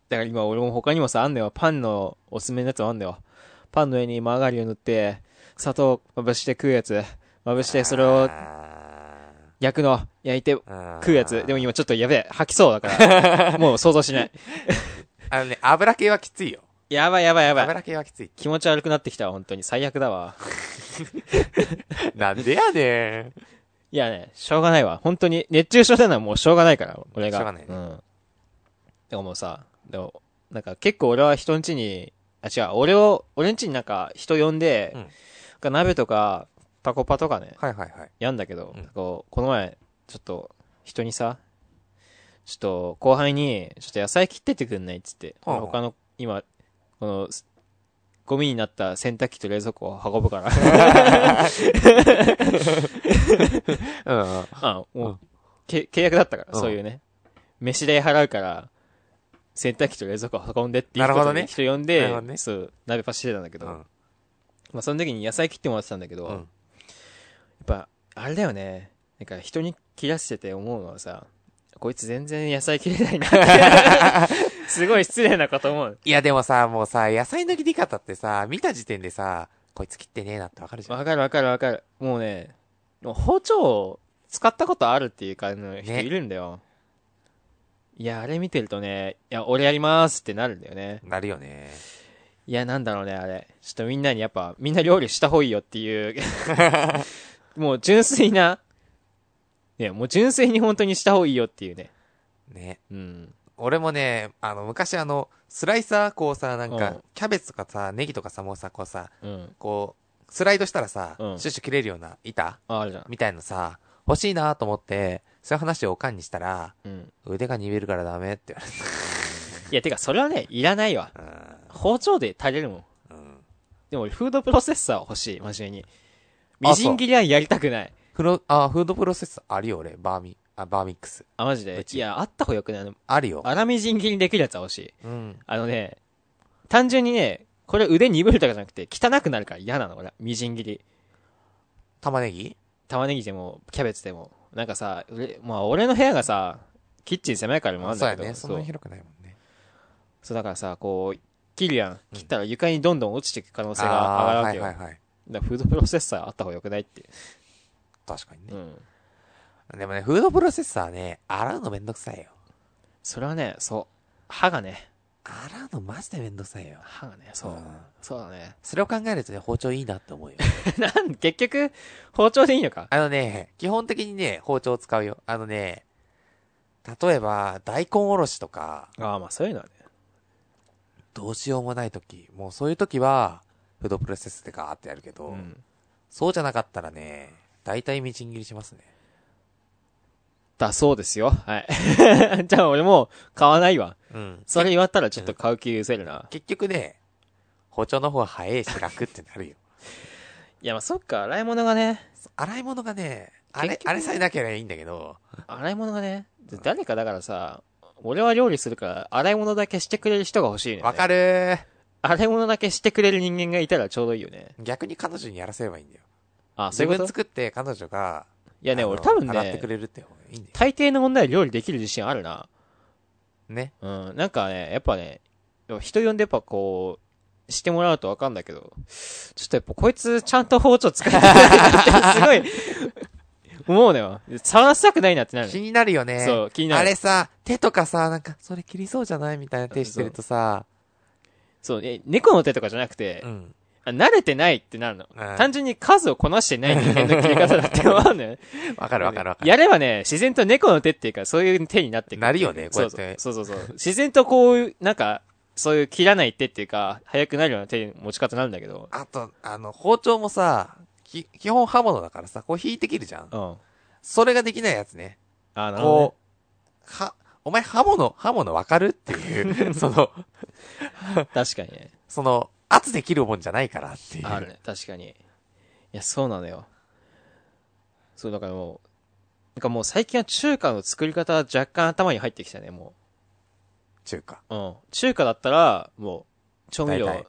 [SPEAKER 1] だから今俺も他にもさ、あんのよ。パンのおすすめのやつもあんのよ。パンの上にマーガリンを塗って、砂糖をまぶして食うやつ。まぶして、それを
[SPEAKER 2] あ
[SPEAKER 1] 焼くの。焼いて
[SPEAKER 2] ー
[SPEAKER 1] 食うやつ。でも今ちょっとやべえ。吐きそうだから。もう想像しない。
[SPEAKER 2] あのね、油系はきついよ。
[SPEAKER 1] やばいやばいやばい。
[SPEAKER 2] 油系はきつい。
[SPEAKER 1] 気持ち悪くなってきたわ、本当に。最悪だわ。
[SPEAKER 2] なんでやね
[SPEAKER 1] いやね、しょうがないわ。本当に、熱中症なのはもうしょうがないから、俺が。
[SPEAKER 2] しょうがないね
[SPEAKER 1] うん。でももうさ、でも、なんか結構俺は人ん家に、あ、違う、俺を、俺ん家になんか人呼んで、
[SPEAKER 2] うん
[SPEAKER 1] なんか鍋とか、タコパとかね (laughs)
[SPEAKER 2] ん。、はいはいはい。
[SPEAKER 1] やんだけど、
[SPEAKER 2] うん
[SPEAKER 1] こう、この前、ちょっと、人にさ、ちょっと、後輩に、ちょっと野菜切ってってくんないっつって、
[SPEAKER 2] はあはあ
[SPEAKER 1] 他の、今、この、すゴミになった洗濯機と冷蔵庫を運ぶ
[SPEAKER 2] (laughs)
[SPEAKER 1] から、
[SPEAKER 2] うん。
[SPEAKER 1] あ、も
[SPEAKER 2] う
[SPEAKER 1] う、け契約だったから、
[SPEAKER 2] うん
[SPEAKER 1] そういうね。飯代払うから、洗濯機と冷蔵庫運んでっていう
[SPEAKER 2] なる
[SPEAKER 1] こ
[SPEAKER 2] ほ
[SPEAKER 1] と
[SPEAKER 2] ど
[SPEAKER 1] で
[SPEAKER 2] ね
[SPEAKER 1] 人呼ん
[SPEAKER 2] な
[SPEAKER 1] で
[SPEAKER 2] るほど、ね
[SPEAKER 1] そう、鍋パシしてたんだけど、
[SPEAKER 2] うん
[SPEAKER 1] まあその時に野菜切ってもらってたんだけど、
[SPEAKER 2] う
[SPEAKER 1] やっ
[SPEAKER 2] ん。
[SPEAKER 1] ぱ、あれだよね。なんか人に切らせてて思うのはさ、こいつ全然野菜切れないなって
[SPEAKER 2] (laughs)
[SPEAKER 1] すごい失礼なこと思う。
[SPEAKER 2] いやでもさ、もうさ、野菜の切り方ってさ、見た時点でさ、こいつ切ってねえなってわかるじゃん。
[SPEAKER 1] わかるわかるわかる。もうね、もう包丁を使ったことあるっていう感じの人
[SPEAKER 2] ね
[SPEAKER 1] いるんだよ。いや、あれ見てるとね、いや、俺やりますってなるんだよね。
[SPEAKER 2] なるよね。
[SPEAKER 1] いや、なんだろうね、あれ。ちょっとみんなにやっぱ、みんな料理した方がいいよって
[SPEAKER 2] (laughs)
[SPEAKER 1] いう、もう純粋な、ね、もう純粋に本当にした方がいいよっていうね。
[SPEAKER 2] ね。
[SPEAKER 1] うん。
[SPEAKER 2] 俺もね、あの、昔あの、スライサーこうさ、なん
[SPEAKER 1] うん
[SPEAKER 2] か、キャベツとかさ、ネギとかさ、もうさ、こうさ、
[SPEAKER 1] うん。
[SPEAKER 2] こう、スライドしたらさ、
[SPEAKER 1] うん
[SPEAKER 2] シュッシュ切れるような板
[SPEAKER 1] あ、あるじゃん。
[SPEAKER 2] みたいのさ、欲しいなと思って、そういう話をおかんにしたら、
[SPEAKER 1] うん。
[SPEAKER 2] 腕が鈍るからダメって言われて。
[SPEAKER 1] いや、てか、それはね、いらないわ。包丁で足りるもん。
[SPEAKER 2] うん
[SPEAKER 1] でも俺、フードプロセッサー欲しい、真面目に。
[SPEAKER 2] あ
[SPEAKER 1] みじん切りはやりたくない。
[SPEAKER 2] フロ、あ、フードプロセッサーあるよ、俺。バーミ、あ、バーミックス。
[SPEAKER 1] あ、マジ
[SPEAKER 2] う
[SPEAKER 1] で。
[SPEAKER 2] ち
[SPEAKER 1] いや、あった方がよくないあの。
[SPEAKER 2] あるよ。
[SPEAKER 1] 粗みじん切りにできるやつは欲しい。
[SPEAKER 2] うん。
[SPEAKER 1] あのね、単純にね、これ腕鈍るとかじゃなくて、汚くなるから嫌なの、俺。みじん切り。
[SPEAKER 2] 玉ねぎ
[SPEAKER 1] 玉ねぎでも、キャベツでも。なんかさ、俺、まあ俺の部屋がさ、キッチン狭いからもあるん
[SPEAKER 2] そう
[SPEAKER 1] だ
[SPEAKER 2] や
[SPEAKER 1] けど。
[SPEAKER 2] ね。そんなに広くないもんね。
[SPEAKER 1] そうだからさ、こう、切るやん。切ったら床にどんどん落ちていく可能性が上が
[SPEAKER 2] あ
[SPEAKER 1] る
[SPEAKER 2] ー
[SPEAKER 1] わ
[SPEAKER 2] は
[SPEAKER 1] け
[SPEAKER 2] い
[SPEAKER 1] よ。
[SPEAKER 2] はいはい。
[SPEAKER 1] だからフードプロセッサーあった方がよくないって。
[SPEAKER 2] 確かに
[SPEAKER 1] う
[SPEAKER 2] ね。
[SPEAKER 1] ん。
[SPEAKER 2] でもね、フードプロセッサーね、洗うのめんどくさいよ。
[SPEAKER 1] それはね、そう。歯がね、
[SPEAKER 2] 洗うのマジでめんどくさいよ。
[SPEAKER 1] 歯がね、そう。
[SPEAKER 2] うん
[SPEAKER 1] そうだね。 (laughs)
[SPEAKER 2] それを考えるとね、包丁いいなって思うよ。
[SPEAKER 1] なん、結局、包丁でいいのか。
[SPEAKER 2] あのね、基本的にね、包丁を使うよ。あのね、例えば、大根おろしとか、
[SPEAKER 1] ああ、まあそういうのはね。
[SPEAKER 2] どうしようもない時、もうそういう時は、フードプロセッサーでガーってやるけど、
[SPEAKER 1] うん。
[SPEAKER 2] そうじゃなかったらね、大体みじん切りしますね。
[SPEAKER 1] だそうですよ。はい。 (laughs) じゃあ俺もう買わないわ。
[SPEAKER 2] うん。
[SPEAKER 1] それ言われたらちょっと買う気うせるな。
[SPEAKER 2] 結局ね、包丁の方が早いし楽ってなるよ。 (laughs)
[SPEAKER 1] いや、まあそっか、洗い物がね、
[SPEAKER 2] 洗い物がね、あ
[SPEAKER 1] 結
[SPEAKER 2] れ、
[SPEAKER 1] 局
[SPEAKER 2] あれさえなければいいんだけど、
[SPEAKER 1] 洗い物がね、で誰かだからさ、俺は料理するから、洗い物だけしてくれる人が欲しいのよね。
[SPEAKER 2] わかる
[SPEAKER 1] 洗い物だけしてくれる人間がいたらちょうどいいよね。
[SPEAKER 2] 逆に彼女にやらせればいいんだよ。
[SPEAKER 1] あ、そ
[SPEAKER 2] 自
[SPEAKER 1] ういうこと
[SPEAKER 2] 分作って彼女が、
[SPEAKER 1] いやね、
[SPEAKER 2] あの
[SPEAKER 1] 俺多分
[SPEAKER 2] 洗ってく
[SPEAKER 1] ね、
[SPEAKER 2] れるって方がいいんだよ。
[SPEAKER 1] 大抵の問題は料理できる自信あるな。
[SPEAKER 2] ね。
[SPEAKER 1] うん、なんかね、やっぱね、でも人呼んでやっぱこう、してもらうとわかんだけど、ちょっとやっぱこいつちゃんと包丁使ってくれるなってすごい、思うのよ。触らせたくないなってなる
[SPEAKER 2] 気になるよね。
[SPEAKER 1] の。そう、気にな
[SPEAKER 2] あ
[SPEAKER 1] る。
[SPEAKER 2] れさ、手とかさ、なんか、それ切りそうじゃないみたいな手してるとさ、
[SPEAKER 1] そう、え猫の手とかじゃなくて、
[SPEAKER 2] うん。
[SPEAKER 1] あ慣れてないってなるの。
[SPEAKER 2] うん
[SPEAKER 1] 単純に数をこなしてない人間の切り方だって思うのよ。
[SPEAKER 2] わかるわかるわかる。
[SPEAKER 1] やればね、自然と猫の手っていうか、そういう手になってく
[SPEAKER 2] なるよね
[SPEAKER 1] そう
[SPEAKER 2] こうやって
[SPEAKER 1] そうそうそうそう。自然とこういう、なんか、そういう切らない手っていうか、早くなるような手の持ち方なんだけど。
[SPEAKER 2] あと、あの、包丁もさ、き基本刃物だからさ、こう引いて切るじゃん
[SPEAKER 1] う。ん。あ
[SPEAKER 2] それができないやつね。
[SPEAKER 1] ー、なるほどね
[SPEAKER 2] こう、は、お前刃物、刃物わかるって (laughs) いう、その、
[SPEAKER 1] 確かにね。
[SPEAKER 2] その、圧で切るもんじゃないからっていう。
[SPEAKER 1] あるね。確かに。いや、そうなのよ。そう、だからもう、なんかもう最近は中華の作り方は若干頭に入ってきたね、も
[SPEAKER 2] 中華。
[SPEAKER 1] う。うん。中華だったら、もう、調味料
[SPEAKER 2] 大体、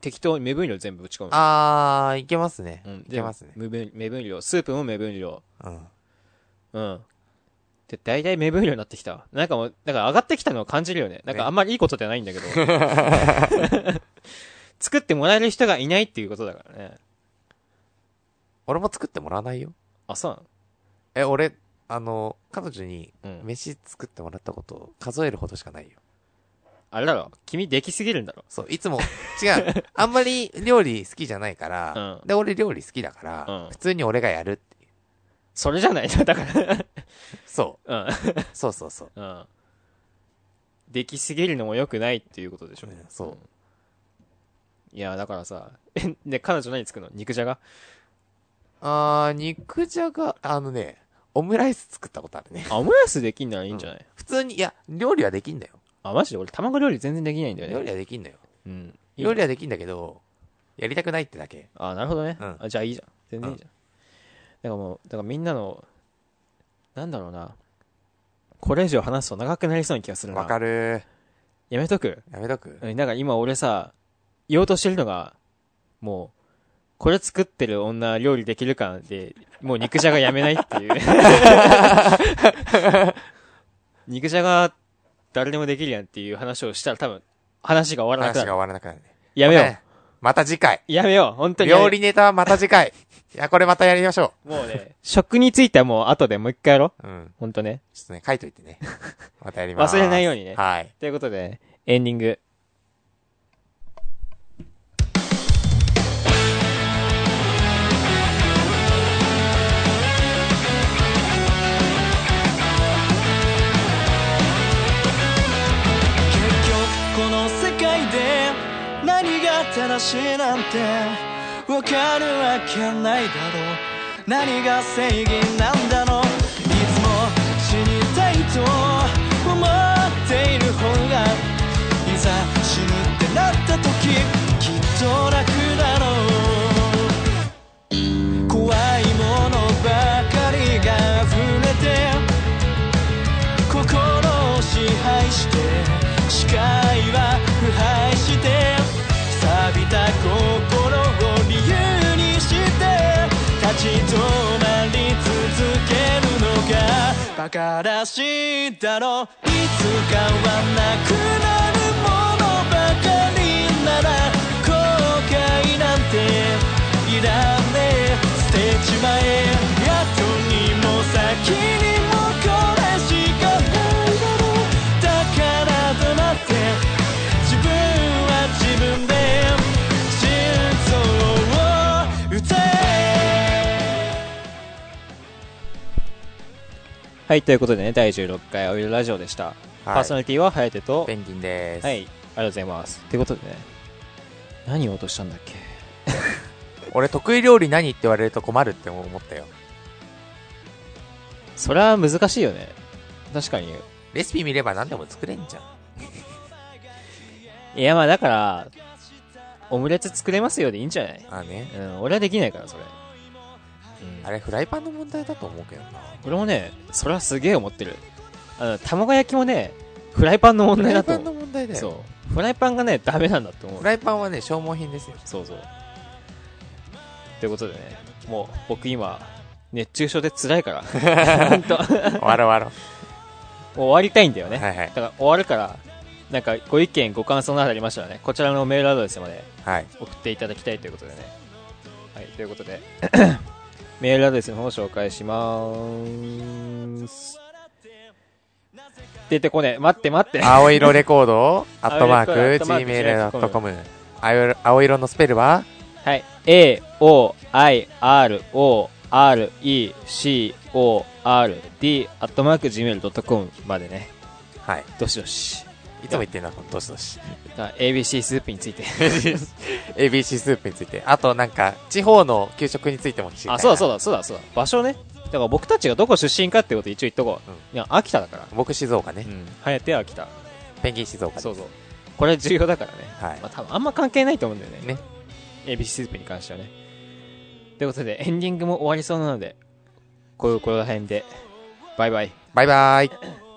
[SPEAKER 1] 適当に目分量全部打ち込む。
[SPEAKER 2] あー、いけますね。
[SPEAKER 1] うん。
[SPEAKER 2] いけますね。
[SPEAKER 1] 目分目分量。スープも目分量。
[SPEAKER 2] うん。
[SPEAKER 1] うん。で、大体目分量になってきた。なんかもう、なんか上がってきたのを感じるよね。なんかあんまりいいことじゃないんだけど。 (laughs) 作ってもらえる人がいないっていうことだからね。
[SPEAKER 2] 俺も作ってもらわないよ。
[SPEAKER 1] あ、そうなの
[SPEAKER 2] え、俺、あの、彼女に、
[SPEAKER 1] うん
[SPEAKER 2] 飯作ってもらったこと、数えるほどしかないよ。
[SPEAKER 1] あれだろ君できすぎるんだろ
[SPEAKER 2] そう、いつも、違う。 (laughs) あんまり料理好きじゃないから、
[SPEAKER 1] うん
[SPEAKER 2] で、俺料理好きだから、
[SPEAKER 1] うん
[SPEAKER 2] 普通に俺がやるっていう。
[SPEAKER 1] それじゃない (laughs) のだから。
[SPEAKER 2] そ
[SPEAKER 1] うん。
[SPEAKER 2] う、そうそうそう。
[SPEAKER 1] うん。できすぎるのも良くないっていうことでしょ。
[SPEAKER 2] うんそう。
[SPEAKER 1] いや、だからさ、え、ね、彼女何作るの肉じゃが
[SPEAKER 2] あー、肉じゃが、あのね、オムライス作ったことあるね。 (laughs)
[SPEAKER 1] あオムライスできんならいいんじゃない、
[SPEAKER 2] 普通に、いや、料理はできんだよ。
[SPEAKER 1] あ、マジで俺卵料理全然できないんだよね。
[SPEAKER 2] 料理はできんだよ。
[SPEAKER 1] うん。
[SPEAKER 2] 料理はできんだけど、やりたくないってだけ。
[SPEAKER 1] あ、なるほどね。
[SPEAKER 2] うん
[SPEAKER 1] あじゃあいいじゃん。全然いいじゃん。だからもう、だからみんなの、なんだろうな。これ以上話すと長くなりそうな気がするな。
[SPEAKER 2] わかる
[SPEAKER 1] やめとく。
[SPEAKER 2] やめとく。
[SPEAKER 1] うんなんか今俺さ、言おうとしてるのが、もう、これ作ってる女料理できるかで、もう肉じゃがやめないって
[SPEAKER 2] (laughs)
[SPEAKER 1] いう。肉じゃが誰でもできるやんっていう話をしたら多分、話が終わら
[SPEAKER 2] 話
[SPEAKER 1] なくなる
[SPEAKER 2] が終。わらなくなるね。
[SPEAKER 1] やめよ
[SPEAKER 2] ねまた次回。
[SPEAKER 1] う。やめよう。本当にやめよ
[SPEAKER 2] 料
[SPEAKER 1] う。
[SPEAKER 2] 理ネタはまた次回。いや、これまたやりましょ
[SPEAKER 1] もうね、食についてはもう後でもう一回やろう。
[SPEAKER 2] う。うん。
[SPEAKER 1] ほんとね。
[SPEAKER 2] ちょっとね、書いといて
[SPEAKER 1] (laughs)
[SPEAKER 2] ね。またやります。
[SPEAKER 1] 忘れないようにね。
[SPEAKER 2] はい。
[SPEAKER 1] ということで、エンディング。
[SPEAKER 3] 結局この世界で何が正しいなんてわかるわけないだろう何が正義なんだろうバカらしいだろいつかはなくなるものばかりなら後悔なんていらねえ捨てちまえ後にも先にもこれしかないだろだから黙って自分は自分で心臓を打て
[SPEAKER 1] はい、ということでね、第16回オイルラジオでした。パーソナリティは颯と、
[SPEAKER 2] ペンギンです。
[SPEAKER 1] はい、ありがとうございます。ということでね、何を落としたんだっけ
[SPEAKER 2] 俺、得意料理何って言われると困るって思ったよ。
[SPEAKER 1] それは難しいよね。確かに。
[SPEAKER 2] レシピ見れば何でも作れんじゃん。
[SPEAKER 1] いや、まあだから、オムレツ作れますよでいいんじゃない
[SPEAKER 2] あね。
[SPEAKER 1] うん、俺はできないから、それ。
[SPEAKER 2] あれ、フライパンの問題だと思うけどな。
[SPEAKER 1] 俺もね、それはすげえ思ってる。あの、卵焼きもね、フライパンの問
[SPEAKER 2] フラ
[SPEAKER 1] 題だ
[SPEAKER 2] イ
[SPEAKER 1] と
[SPEAKER 2] パンの
[SPEAKER 1] 思
[SPEAKER 2] 問題
[SPEAKER 1] う。
[SPEAKER 2] だ
[SPEAKER 1] そ
[SPEAKER 2] よ。
[SPEAKER 1] う。フライパンがね、ダメなんだと思う
[SPEAKER 2] フ。ライパンはね、消耗品ですよ。
[SPEAKER 1] (laughs) そうそう。ということでね、もう僕今、熱中症で辛いから、 (laughs) 本当も
[SPEAKER 2] 終わろう終わ
[SPEAKER 1] う終わりたいんだよ
[SPEAKER 2] ろう。
[SPEAKER 1] ね。
[SPEAKER 2] はいはい
[SPEAKER 1] だ。から終わるから、なんかご意見、ご感想などありましたらね、こちらのメールアドレスまで
[SPEAKER 2] はい。
[SPEAKER 1] 送っていただきたいということでね。はい、ということ (coughs) で、メールアドレスの方を紹介しまーす。出てこねえ。待って待って。
[SPEAKER 2] 青色レコード、アットマー
[SPEAKER 1] (laughs)
[SPEAKER 2] ク、
[SPEAKER 1] 青色レコードアット
[SPEAKER 2] gmail.com。青色青色のスペルは、
[SPEAKER 1] はい。A, O, I, R, O, R, E, C, O, R, D, アットマーク Gmail.com までね、
[SPEAKER 2] はい。
[SPEAKER 1] どしどし。
[SPEAKER 2] いつも言ってるな、このどしどし。
[SPEAKER 1] あ ABC スープについて。
[SPEAKER 2] ABC スープについて。あと、なんか、地方の給食についても知りたいな。
[SPEAKER 1] (laughs) あ、そうだそうだそうだそうだ。場所ね。だから僕たちがどこ出身かってこと一応言っとこう。
[SPEAKER 2] うん
[SPEAKER 1] いや、秋田だから。
[SPEAKER 2] 僕、静岡ね
[SPEAKER 1] う。ん。颯は秋田。
[SPEAKER 2] ペンギン静岡です
[SPEAKER 1] そうそう。これ重要だからね。
[SPEAKER 2] はい
[SPEAKER 1] まあ多分あんま関係ないと思うんだよね。
[SPEAKER 2] ね。
[SPEAKER 1] ABC スープに関してはね。ということで、エンディングも終わりそうなので、こういうこの辺で、バイバイ。
[SPEAKER 2] バイバイ。